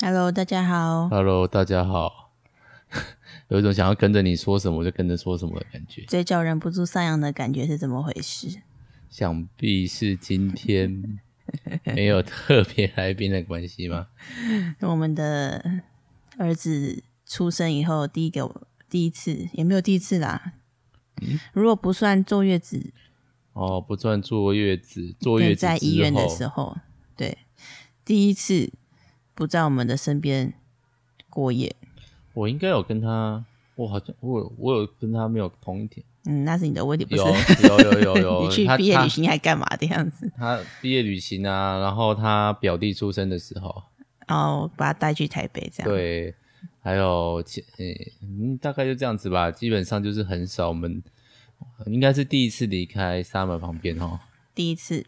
Hello，大家好， Hello，大家好。 有一种想要跟着你说什么我就跟着说什么的感觉，嘴角忍不住上扬的感觉是怎么回事？想必是今 天没有特别来宾的关系吗？我们的儿子出生以后，第一个第一次也没有第一次啦，嗯如果不算坐月子，哦，不算坐月子，坐对，月子在医院的时候，候，对，第一次不在我们的身边过夜，我应该有跟他，我好像我有我有跟他没有同一天，嗯，那是你的问题，不是有？有有有有， 你去他毕业他旅行还干嘛的样子？他毕业旅行啊，然后他表弟出生的时候，哦，把他带去台北这样，对，还有前、诶嗯，大概就这样子吧。基本上就是很少，我们应该是第一次离开沙门旁边哦。第一次，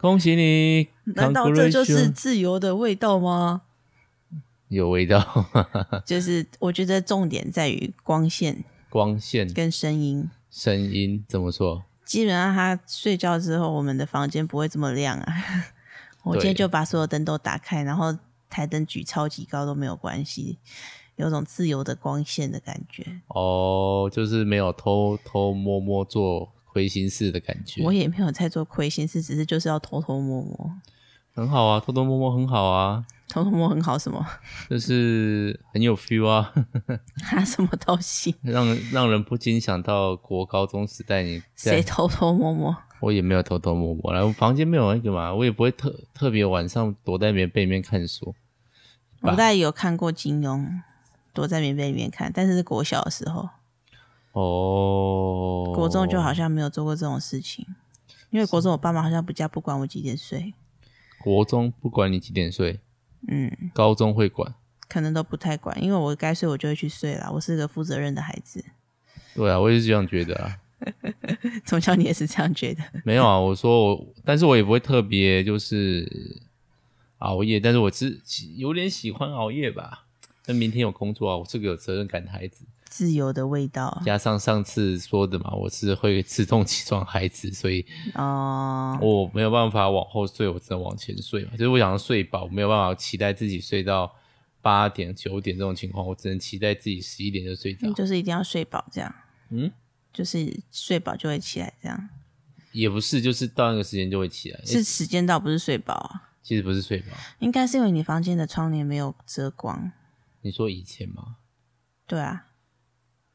恭喜你，嗯难道这就是 Congratulations 自由的味道吗？有味道？ 就是我觉得重点在于光线光线、跟声音。声音怎么说？基本上他睡觉之后，我们的房间不会这么亮啊。 我今天对就把所有灯都打开，然后台灯举超级高都没有关系，有种自由的光线的感觉。哦，就是没有偷偷摸摸做亏心事的感觉我，也没有在做亏心事，只是就是要偷偷摸摸，很好啊，偷偷摸摸很好啊，偷偷摸很好什么 就是很有 feel 啊， 啊什么东西，让让人不禁想到国高中时代你在谁偷偷摸摸？我也没有偷偷摸摸啦，然后房间没有那个嘛，我也不会特特别晚上躲在棉被里面看书。我大概有看过金庸，躲在棉被里面看，但是是国小的时候。哦，国中就好，像没有做过这种事情，因为国中我爸妈好像不加不管我几点睡，国中不管你几点睡，嗯，高中会管。可能都不太管，因为我该睡我就会去睡啦。我是个负责任的孩子， 对啊，我也是这样觉得啊。从小你也是这样觉得， 没有啊，我说我，但是我也不会特别就是熬夜，但是我是有点喜欢熬夜吧。那明天有工作啊，我是个有责任感的孩子，自由的味道加上上次说的嘛，我是会自动起床的孩子，所以哦。我没有办法往后睡，我只能往前睡嘛。就是我想要睡饱，我没有办法期待自己睡到八点、九点这种情况，我只能期待自己十一点就睡着。嗯就是一定要睡饱这样，嗯，就是睡饱就会起来这样，也不是，就是到那个时间就会起来。是诶时间到不是睡饱啊，其实不是睡饱。应该是因为你房间的窗帘没有遮光，你说以前吗？对啊，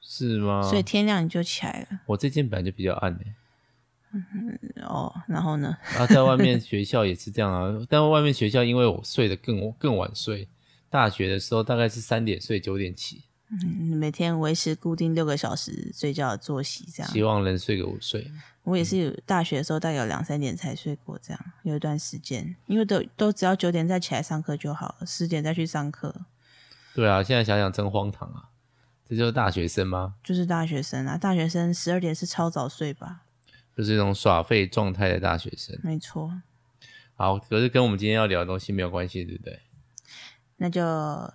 是吗？所以天亮你就起来了我这间本来就比较暗诶、哦。然后呢， 然后在外面学校也是这样啊，但外面学校因为我睡得更更晚睡，大学的时候大概是三点睡九点起，嗯每天维持固定六个小时睡觉的作息这样。希望能睡个午睡。我也是有大学的时候，大概有两三点才睡过，这样有一段时间，因为都都只要九点再起来上课就好了，十点再去上课，对啊，现在想想真荒唐啊！这就是大学生吗？就是大学生啊，大学生十二点是超早睡吧？就是那种耍废状态的大学生。没错，好，可是跟我们今天要聊的东西没有关系，对不对？那就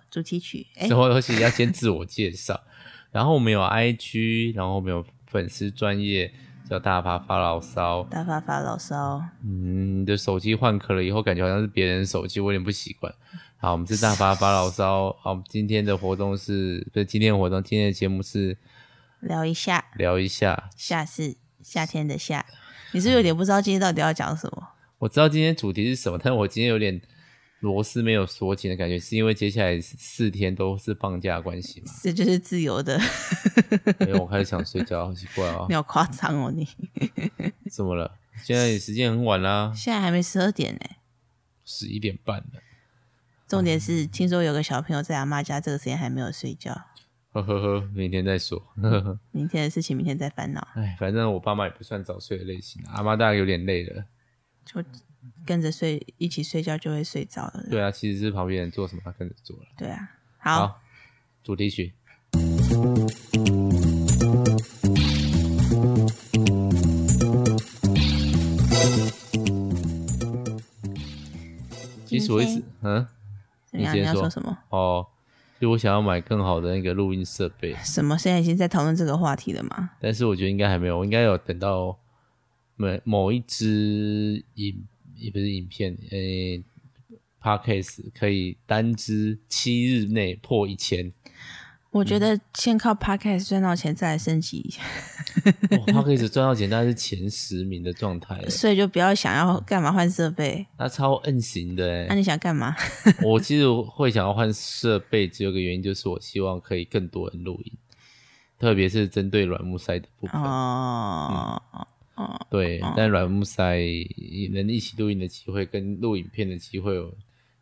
主题曲，哎、什么东西要先自我介绍，然后我们有 IG，然后我们有粉丝专业叫大发发牢骚。大发发牢骚，嗯，你的手机换壳了以后，感觉好像是别人的手机，我有点不习惯。好，我们是大发发牢骚。好，我们今天的活动是，不是今天的活动，今天的节目是聊一下，聊一下。夏是夏天的夏，你是不是有点不知道今天到底要讲什么？我知道今天主题是什么，但我今天有点螺丝没有锁紧的感觉，是因为接下来四天都是放假的关系嘛？这就是自由的，因为我开始想睡觉，好奇怪 哦你，好夸张哦你！怎么了？现在时间很晚啦，现在还没十二点呢、十一点半了，重点是听说有个小朋友在阿妈家这个时间还没有睡觉，呵呵呵，明天再说。呵呵，明天的事情明天再烦恼。哎，反正我爸妈也不算早睡的类型啊，阿妈大概有点累了。就跟着睡，一起睡觉就会睡着了。对啊，其实是旁边人做什么，他跟着做了。对啊，好，好，主题曲。其实我一直嗯怎么样？你你先要说说什么？哦，就我想要买更好的那个录音设备，什么？现在已经在讨论这个话题了吗？但是我觉得应该还没有，我应该有等到呃某某一支影也不是影片，诶、呃 podcast 可以单支七日内破一千、我觉嗯得先靠 podcast 赚到钱，再来升级一下，哦、，podcast 赚到钱大概是前十名的状态， 所以就不要想要干嘛换设备。那超 N 型的那、哎。啊你想干嘛？ 我其实会想要换设备，只有一个原因就是我希望可以更多人录音，特别是针对软木塞的部分。嗯哦，哦，对，但软木塞能一起录音的机会跟录影片的机会有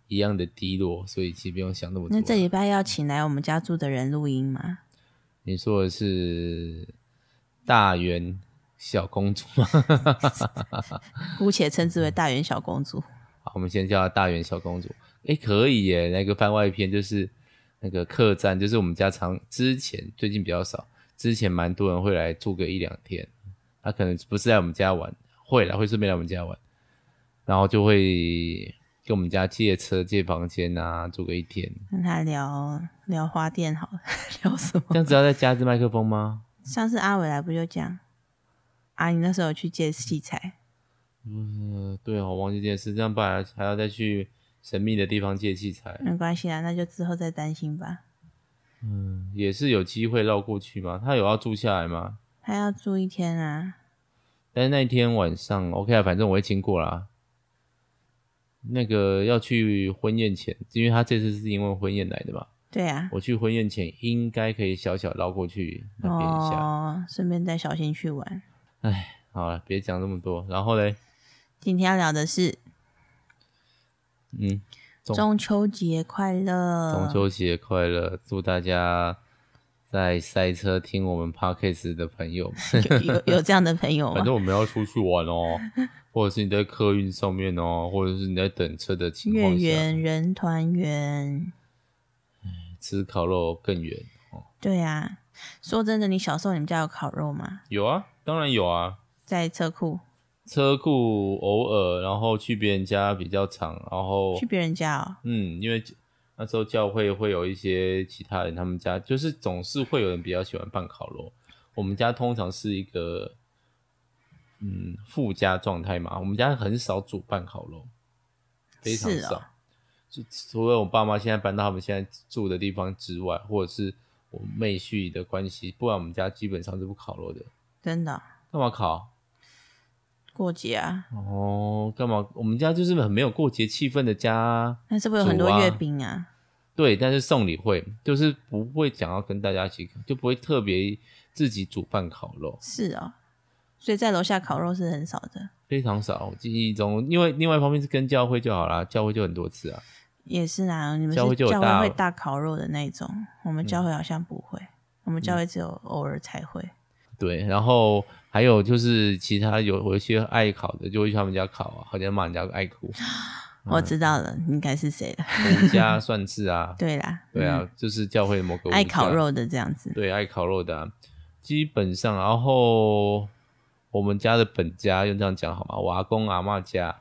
一样的低落，所以其实不用想那么多。那这礼拜要请来我们家住的人录音吗？你说的是大圆小公主吗？姑且称之为大圆小公主。好，我们先叫她大圆小公主。诶，可以耶，那个番外篇就是那个客栈，就是我们家常之前最近比较少，之前蛮多人会来住个一两天。他可能不是来我们家玩，会啦，会顺便来我们家玩，然后就会跟我们家借车、借房间啊，住个一天。跟他聊聊花店好了， 聊什么？这样子要再加一支麦克风 吗？上次阿伟来不就这样？啊，你那时候有去借器材，嗯，对哦，我忘记这件事，这样不然还要再去神秘的地方借器材，没关系啦，那就之后再担心吧。也是有机会绕过去吗？他有要住下来吗？他要住一天啊，但是那一天晚上，OK 啊，反正我会经过啦。那个要去婚宴前，因为他这次是因为婚宴来的嘛，对啊，我去婚宴前应该可以小小绕过去那边一下。哦，顺便带小新去玩。好了，别讲这么多。然后嘞，今天要聊的是嗯，中中秋节快乐，中秋节快乐！祝大家在塞车听我们 Podcast 的朋友们， 有有有这样的朋友反吗？正我们要出去玩哦，或者是你在客运上面哦，或者是你在等车的 情月况下，圆人团圆，吃烤肉更远。对啊。说真的，你小时候你们家有烤肉吗？有啊，当然有啊，在车库车库偶尔，然后去别人家比较长，然后去别人家哦，嗯，因为那时候教会会有一些其他人，他们家就是总是会有人比较喜欢办烤肉。我们家通常是一个嗯附加状态嘛，我们家很少主办烤肉，非常是哦少。就除了我爸妈现在搬到他们现在住的地方之外，或者是我妹婿的关系，不然我们家基本上是不烤肉的。真的哦干嘛烤？过节啊，哦，干嘛？我们家就是很没有过节气氛的家啊。那是不是有很多月饼啊？对，但是送礼会就是不会想要跟大家一起，就不会特别自己煮饭烤肉，是哦，所以在楼下烤肉是很少的，非常少。我记忆中，因为另外一方面是跟教会就好啦，教会就很多次啊。也是啊。你们是教会就有教大嗯会会大烤肉的那种，我们教会好像不会，我们教会只有偶尔才会。对，然后还有就是其他有有一些爱烤的，就会去他们家烤啊，好像骂人家爱哭，嗯我知道了，应该是谁了？ 吴家算是啊，对啦，对嗯，啊，就是教会某个爱吴烤家肉的这样子，对，爱烤肉的啊、基本上，然后我们家的本家用这样讲好吗？我阿公阿嬷家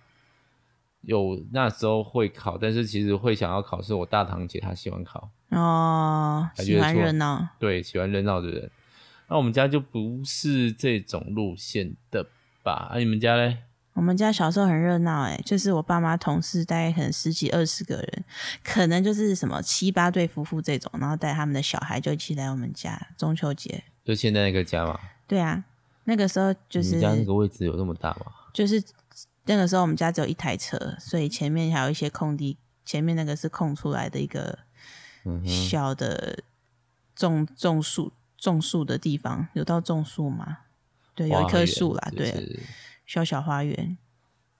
有那时候会烤，但是其实会想要烤是我大堂姐她喜欢烤，哦，感喜觉欢错热闹，对，喜欢热闹的人。那我们家就不是这种路线的吧？啊，你们家嘞？我们家小时候很热闹，哎，就是我爸妈同事大概可能十几二十个人，可能就是什么七八对夫妇这种，然后带他们的小孩就一起来我们家中秋节。就现在那个家嘛，对啊，那个时候就你是们家那个位置有那么大吗？就是那个时候我们家只有一台车，所以前面还有一些空地，前面那个是空出来的一个嗯哼，小的种种树种树的地方，有到种树吗？对，有一花棵园树啦，就对，是小小花园。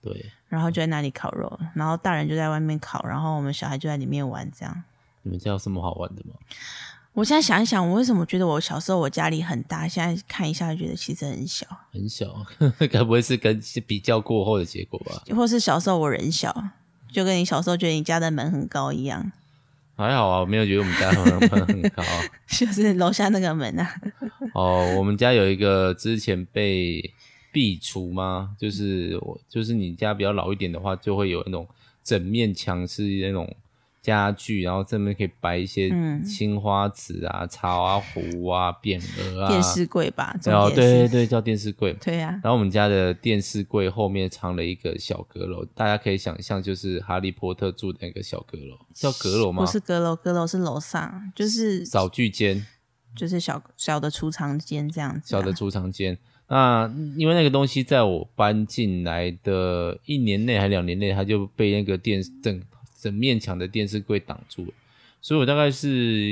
对，然后就在那里烤肉，然后大人就在外面烤，然后我们小孩就在里面玩，这样。你们家有什么好玩的吗？我现在想一想，我为什么觉得我小时候我家里很大，现在看一下就觉得其实很小，很小，啊 该不会是跟是比较过后的结果吧？或是小时候我人小，就跟你小时候觉得你家的门很高一样，还好啊，我没有觉得我们家很很很高。 就是楼下那个门啊， 哦，我们家有一个之前被壁橱吗？就是我，就是你家比较老一点的话，就会有那种整面墙是那种家具，然后这边可以摆一些嗯青花瓷啊、草啊、壶啊、匾额啊，电视柜吧，然后重对啊对点是，对，叫电视柜嘛。对啊呀、然后我们家的电视柜后面藏了一个小阁楼，大家可以想象，就是哈利波特住的那个小阁楼，叫阁楼吗？不是阁楼，阁楼是楼上，就是扫具间，就是小小的储藏间这样子、啊，小的储藏间。那因为那个东西在我搬进来的一年内还两年内，它就被那个电整整面墙的电视柜挡住了，所以我大概是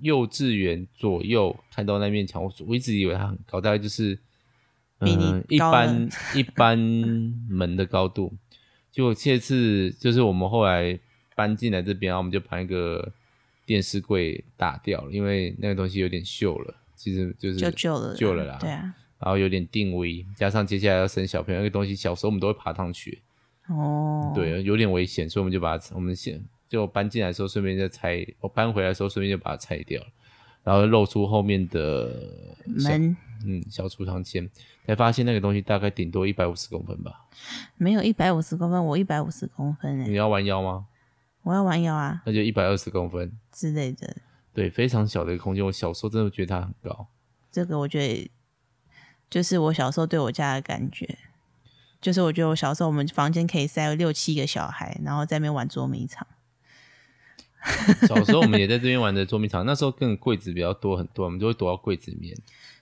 幼稚园左右看到那面墙，我我一直以为它很高，大概就是比你嗯一高般了一般门的高度。就这次就是我们后来搬进来这边，然后我们就把那个电视柜打掉了，因为那个东西有点锈了，其实就是就旧了，旧了啦。对啊，然后有点定位，加上接下来要生小朋友，那个东西小时候我们都会爬上去，哦，，对，啊有点危险，所以我们就把它，我们先就搬进来的时候顺便再拆，我搬回来的时候顺便就把它拆掉了，然后露出后面的小门嗯小储藏间，才发现那个东西大概顶多一百五十公分吧。没有一百五十公分，我一百五十公分哎、你要弯腰吗？我要弯腰啊那就一百二十公分，之类的，对，非常小的一个空间。我小时候真的觉得它很高，这个我觉得就是我小时候对我家的感觉，就是我觉得我小时候我们房间可以塞六七个小孩，然后在那边玩捉迷藏。小时候我们也在这边玩的捉迷藏，那时候更柜子比较多很多，我们就会躲到柜子里面。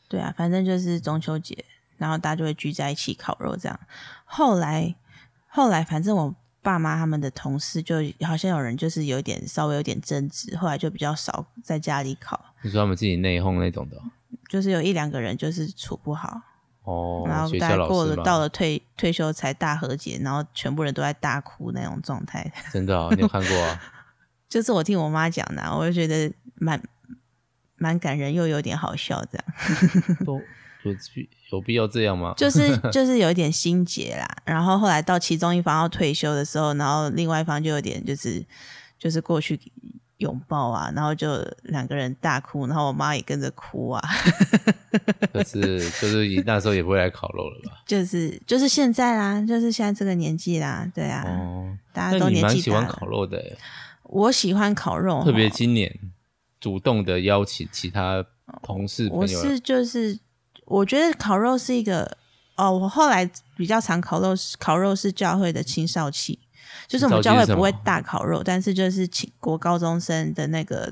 对啊，反正就是中秋节，然后大家就会聚在一起烤肉这样。后来，后来反正我爸妈他们的同事就好像有人就是有点稍微有点争执，后来就比较少在家里烤，你说他们自己内讧那种的就是有一两个人就是处不好，哦，然后学大校家老过师了吗？到了退退休才大和解，然后全部人都在大哭那种状态。 真的、哦，你有看过啊？就是我听我妈讲的啊、我就觉得蛮蛮感人又有点好笑这样。都有必有必要这样吗？ 就是就是有一点心结啦。然后后来到其中一方要退休的时候，然后另外一方就有点就是就是过去拥抱啊，然后就两个人大哭，然后我妈也跟着哭啊。 可是就是你那时候也不会来烤肉了吧？就是就是现在啦，就是现在这个年纪啦，对 啊，哦，大家那都你年蛮纪喜大欢了烤。肉的耶，欸我喜欢烤肉，特别哦今年主动的邀请其他同事我朋友来。啊是就是我觉得烤肉是一个哦，我后来比较常烤肉，烤肉是教会的青少期，就是我们青教少会期是什么不会大烤肉，但是就是请国高中生的那个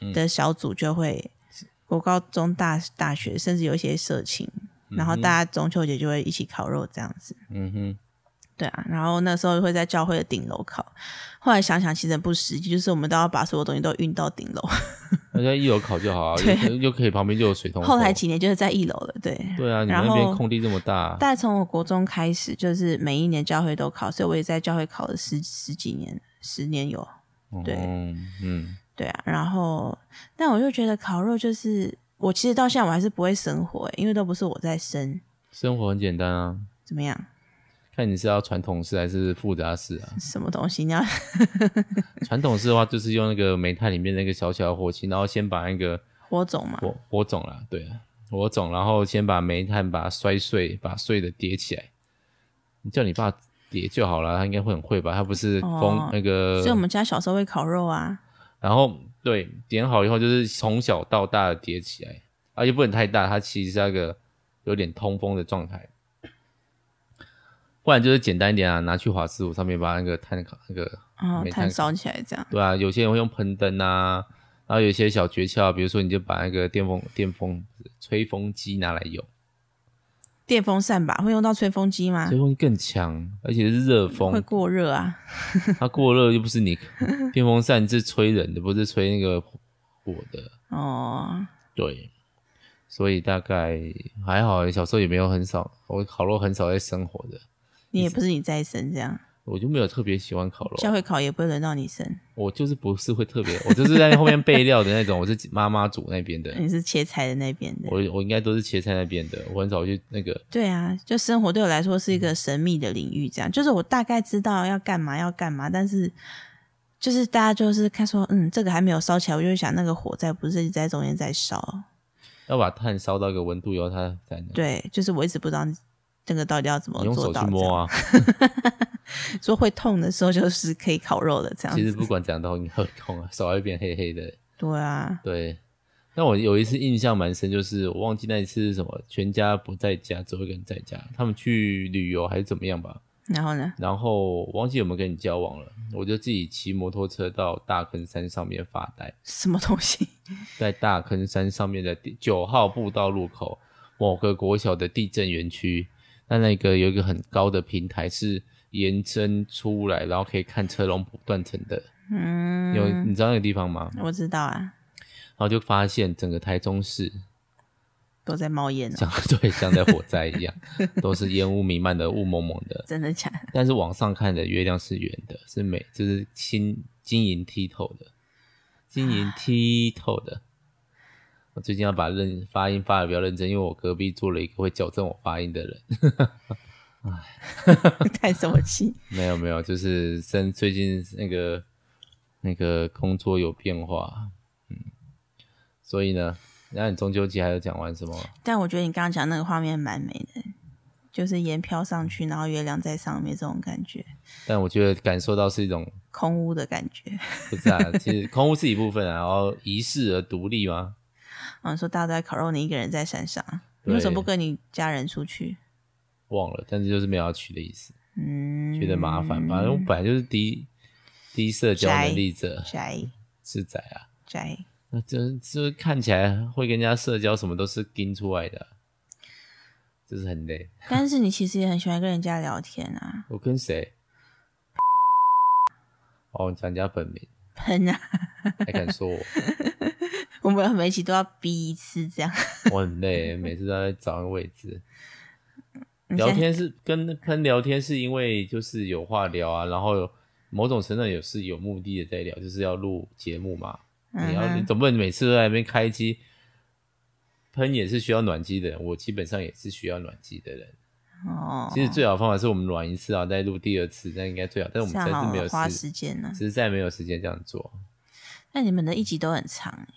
嗯的小组就会，国高中大大学甚至有一些社情，然后大家中秋节就会一起烤肉这样子。嗯哼，对啊，然后那时候会在教会的顶楼烤，后来想想其实很不实际，就是我们都要把所有东西都运到顶楼。那在一楼烤就好啊， 对又可又可以旁边就有水通风。 后来几年就是在一楼了，对，对啊，你们然那后边空地这么大，大概从我国中开始，就是每一年教会都考，所以我也在教会考了十十几年，十年有。对哦嗯，对啊，然后但我就觉得烤肉就是，我其实到现在我还是不会生火、欸因为都不是我在生，生活很简单啊，怎么样？看你是要传统式还是复杂式啊？什么东西？你要 传统式的话，就是用那个煤炭里面那个小小的火器，然后先把那个火种嘛？火火种啦，对啊，火种，然后先把煤炭把它摔碎，把碎的叠起来。你叫你爸叠就好了，他应该会很会吧？他不是风、哦那个，所以我们家小时候会烤肉啊，然后对点好以后，就是从小到大的叠起来，而且不能太大，它其实是那个有点通风的状态。不然就是简单一点啊，拿去华师傅上面把那个炭烤那个然后没炭炭烧起来这样。对啊，有些人会用喷灯啊，然后有一些小诀窍，比如说你就把那个电风电风吹风机拿来用，电风扇吧，会用到吹风机吗吹？风机更强，而且是热啊会风，过热啊，它过热又不是你电风扇是吹人的，不是吹那个火的，哦，对，所以大概还好，欸小时候也没有很少，我烤肉很少在生火的，你也不是你在生这样，我就没有特别喜欢烤教肉，会烤也不会轮到你生，我就是不是会特别，我就是在后面备料的那种，我是妈妈煮那边的，你是切菜的那边的。我我应该都是切菜那边的，我很少去那个。对啊，就生活对我来说是一嗯个神秘的领域，这样就是我大概知道要干嘛要干嘛，但是就是大家就是看说，嗯，这个还没有烧起来，我就会想那个火在不是一直在中间在烧，要把炭烧到一个温度以后，它才能。对，就是我一直不知道这个到底要怎么你用做手到去这样摸啊。说会痛的时候就是可以烤肉的这样 其实子。不管怎样都会很痛啊，手还会变黑黑的。对啊，对，那我有一次印象蛮深，就是我忘记那一次是什么，全家不在家，只有一个人在家，他们去旅游还是怎么样吧。然后呢？然后我忘记有没有跟你交往了，我就自己骑摩托车到大坑山上面发呆，什么东西？在大坑山上面的第九号步道路口某个国小的地震园区，那那个有一个很高的平台是延伸出来，然后可以看车龙不断层的。嗯，有你知道那个地方吗？我知道啊，然后就发现整个台中市都在冒烟哦了，像对像在火灾一样，都是烟雾弥漫的雾蒙蒙的。真的假的？ 但是往上看的月亮是圆的，是美，就是金晶莹剔透的，晶莹剔透的。我最近要把认发音发的比较认真，因为我隔壁坐了一个会矫正我发音的人。 太生气。没有没有，就是生最近那个那个工作有变化，嗯，所以呢，那你中秋节还有讲完什么吗？但我觉得你刚刚讲那个画面蛮美的，就是烟飘上去，然后月亮在上面这种感觉，但我觉得感受到是一种空屋的感觉。不是啊，其实空屋是一部分啊，然后遗世而独立吗？嗯，说大家都在烤肉，你一个人在山上，你对为什么不跟你家人出去？忘了，但是就是没有要去的意思，嗯，觉得麻烦。反正我本来就是低低社交能力者，宅是宅啊，宅，那这这看起来会跟人家社交，什么都是盯出来的啊，就是很累。但是你其实也很喜欢跟人家聊天啊，我跟谁？ 哦，你讲人家本名，喷啊，还敢说我？ 我们每一期都要逼一次这样。我很累，每次都在找个位置。你聊现在天是跟跟聊天是因为就是有话聊啊，然后有某种程度也是有目的的在聊，就是要录节目嘛。你要嗯你哼总不能每次都在那边开机，喷也是需要暖机的人，我基本上也是需要暖机的人。哦，其实最好的方法是我们暖一次啊，再录第二次，那应该最好。但我们这样实在是啊好没有花时，时间呢、实在没有时间这样做，那你们的一集都很长欸，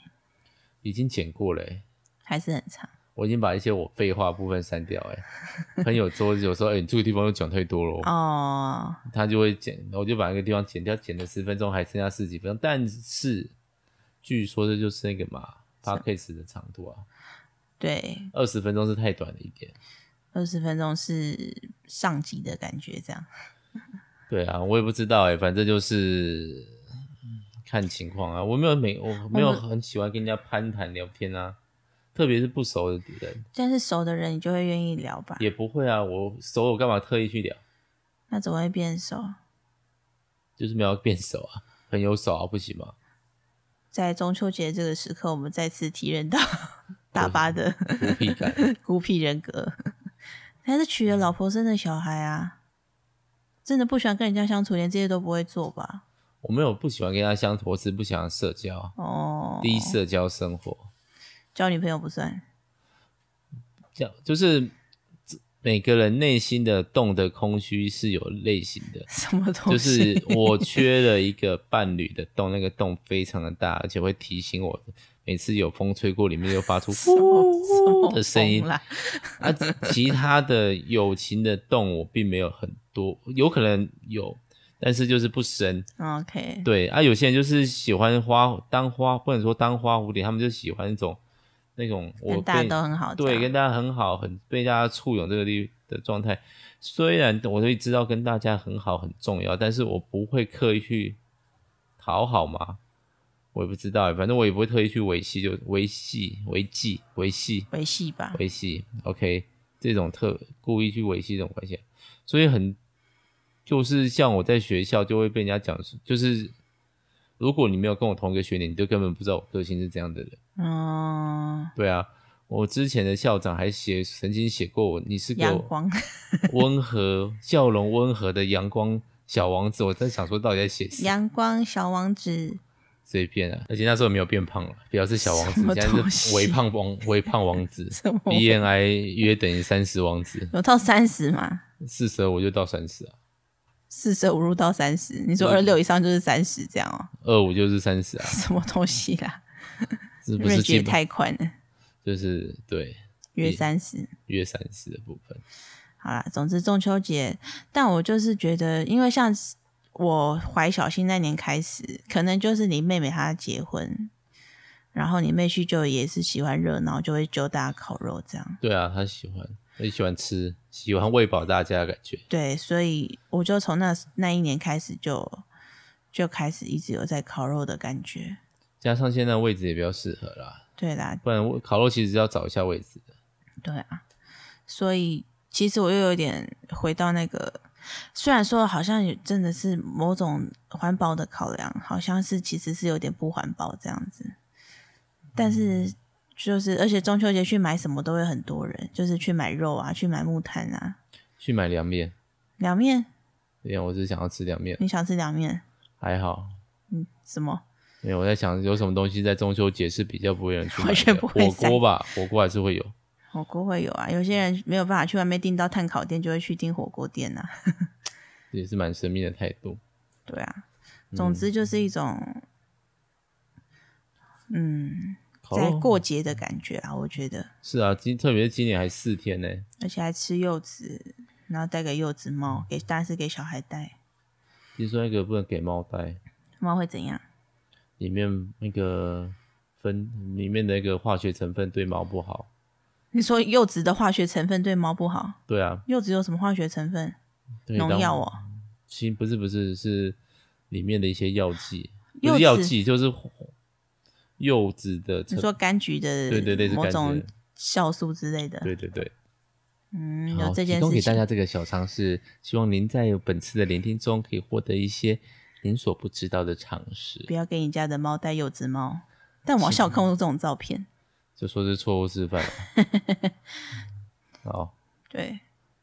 已经剪过了、欸。还是很长？我已经把一些我废话的部分删掉、 欸，哎，朋友说有时候，哎、你这个地方又讲太多了哦，哦，他就会剪，我就把那个地方剪掉，剪了十分钟，还剩下十几分钟。但是据说这就是那个嘛 p o d c a s 的长度啊，对，二十分钟是太短了一点。二十分钟是上集的感觉，这样。对啊，我也不知道哎、反正就是嗯看情况啊。我没有每我没有很喜欢跟人家攀谈聊天啊，特别是不熟的人但是熟的人，你就会愿意聊吧？也不会啊。我熟我干嘛特意去聊？那怎么会变熟？就是没有变熟啊，朋友熟啊，不行吗？在中秋节这个时刻，我们再次体认 到大巴的 孤僻感。孤僻人格。但是娶了老婆，生了小孩啊，真的不喜欢跟人家相处，连这些都不会做吧？我没有不喜欢跟人家相处，我只是不喜欢社交，哦，低社交生活。交女朋友不算，，这样就是每个人内心的洞的空虚是有类型的什么东就西？是我缺了一个伴侣的洞，那个洞非常的大，而且会提醒我每次有风吹过，里面就发 出 什么什么呼的声音风。啦？啊，其他的友情的洞我并没有很多，有可能有，但是就是不深。 OK，对啊，有些人就是喜欢花当花，不能说当花蝴蝶，他们就喜欢那种那种我跟大家被都很啊好这样，对，跟大家很好，很被大家簇拥这个地的状态。虽然我都知道跟大家很好很重要，但是我不会刻意去讨好嘛，我也不知道欸，反正我也不会特意去维系，就维系、维系、维系、维系吧。维系。OK，这种特故意去维系这种关系，所以很就是像我在学校就会被人家讲，就是如果你没有跟我同一个学年，你就根本不知道我个性是这样的人。嗯，对啊，我之前的校长还写，曾经写过我，你是给阳我光温和、笑容温和的阳光小王子。我在想说，到底在写谁？阳光小王子，随便啊，而且那时候也没有变胖了，表示小王什子么现在东是西微胖王，微胖王子什么，BNI 约等于三十王子，有到三十吗？四十我就到三十啊，四舍五入到三十，你说嗯二六以上就是三十这样哦、二五就是三十啊，什么东西啦？是不瑞是觉基得本太宽了，就是对约也三十。约三十的部分？好啦，总之中秋节，但我就是觉得，因为像我怀小新那年开始，可能就是你妹妹她结婚，然后你妹婿就也是喜欢热闹，就会揪大家烤肉这样。对啊，他喜欢，他喜欢吃，喜欢喂饱大家的感觉。对，所以我就从那那一年开始就就开始一直有在烤肉的感觉。加上现在位置也比较适合啦，对啦，不然我烤肉其实是要找一下位置的。对啊，所以其实我又有点回到那个，虽然说好像有真的是某种环保的考量，好像是其实是有点不环保这样子，但是就是而且中秋节去买什么都会很多人，就是去买肉啊，去买木炭啊，去买凉面，凉面，对啊呀，我只是想要吃凉面，你想吃凉面？还好。嗯，什么？没有，我在想有什么东西在中秋节是比较不会有人去买的，完全不会火锅吧，火锅还是会有。火锅会有啊，有些人没有办法去外面订到碳烤店，就会去订火锅店呐、啊。这也是蛮神秘的态度。对啊，总之就是一种，嗯，烤在肉过节的感觉啊，我觉得，是啊，今特别是今年还四天呢，而且还吃柚子，然后带个柚子嗯帽给，当然是给小孩戴，听说那个不能给猫带，猫会怎样？里面那个分里面的那个化学成分对猫不好。你说柚子的化学成分对猫不好？对啊，柚子有什么化学成分？对农药。当哦，其实不是不是是里面的一些药剂，不柚是药子剂就是柚子的你成。说柑橘的对对类似某柑橘种酵素之类的，对对对，嗯，好，有这件提供事给大情。家这个小常识，希望您在本次的聆听中可以获得一些您所不知道的常识不。要给你家的猫戴柚子帽，但我好像有看过这种照片。就说是错误 示范了。好，对，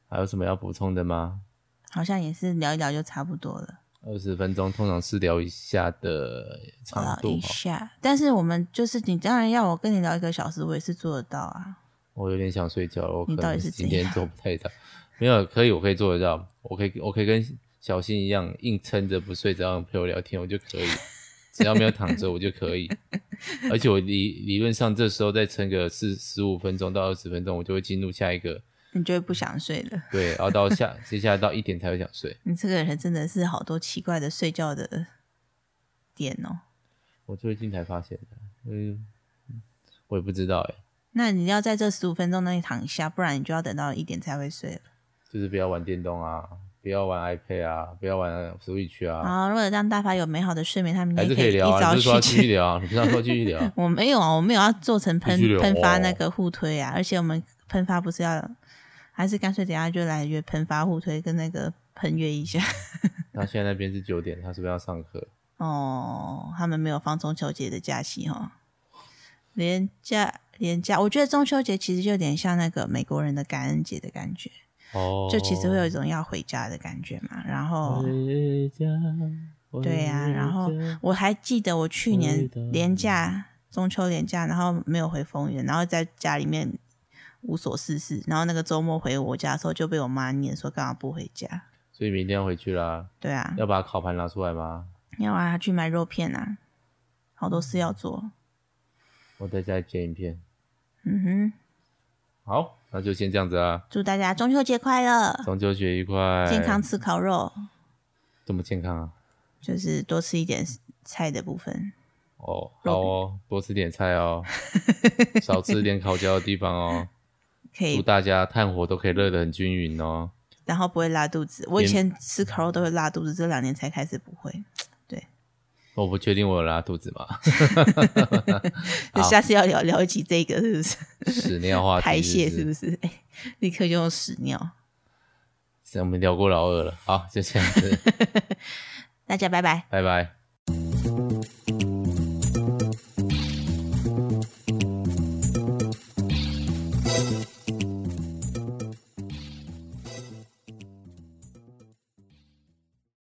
还有什么要补充的吗？好像也是聊一聊就差不多了，二十分钟通常是聊一下的长聊度一哈，下。但是我们就是你，当然要我跟你聊一个小时，我也是做得到啊。我有点想睡觉了，我可你到能底是今怎天样做不太到。没有，可以，我可以做得到，我可以，我可以跟小新一样硬撑着不睡，只要陪我聊天，我就可以。只要没有躺着，我就 可以。而且我理理论上这时候再撑个四十五分钟到二十分钟，我就会进入下一个你就会不想睡了。对，然后到下接下来到一点才会想睡。你这个人真的是好多奇怪的睡觉的点哦。我最近才发现的，嗯，我也不知道哎，那你要在这十五分钟内躺一下，不然你就要等到一点才会睡了。就是不要玩电动啊，不要玩 iPad 啊，不要玩 Switch 啊，好，为了让大发有美好的睡眠，他明还天是以以一聊啊，早你不是说要继续去。？聊啊，你不是要说继续聊啊我没有啊，我没有要做成喷继续聊喷发那哦个互推啊，而且我们喷发不是要，还是干脆等一下就来约喷发互推跟那个喷约一下。那现在那边是九点，他是不是要上课？哦，他们没有放中秋节的假期哈、哦，连假连假，我觉得中秋节其实就有点像那个美国人的感恩节的感觉，哦，哎就其实会有一种要回家的感觉嘛。然后回家。对呀、回然后家我还记得我去年回到连假中秋连假，然后没有回丰原，然后在家里面无所事事，然后那个周末回我家的时候就被我妈念说干嘛不回家？所以明天要回去啦，对啊，要把烤盘拿出来吗？要啊去买肉片啊，好多事要做。我在家里剪影片。嗯哼。好，那就先这样子啦，祝大家中秋节快乐，中秋节愉快，健康，吃烤肉，这么健康啊？就是多吃一点菜的部分。哦，好哦，多吃点菜哦， 少吃点烤焦的地方哦。可祝以，大家炭火都可以热得很均匀哦。然后不会拉肚子。我以前吃烤肉都会拉肚子，这两年才开始不会。我不确定我有拉肚子吗？ 就下次要聊聊一集这个，是不是？屎尿话题排泄是是不是？ 哎，立刻就用屎尿。 是？我们聊过老二了，好，就这样子，大家拜拜。拜拜。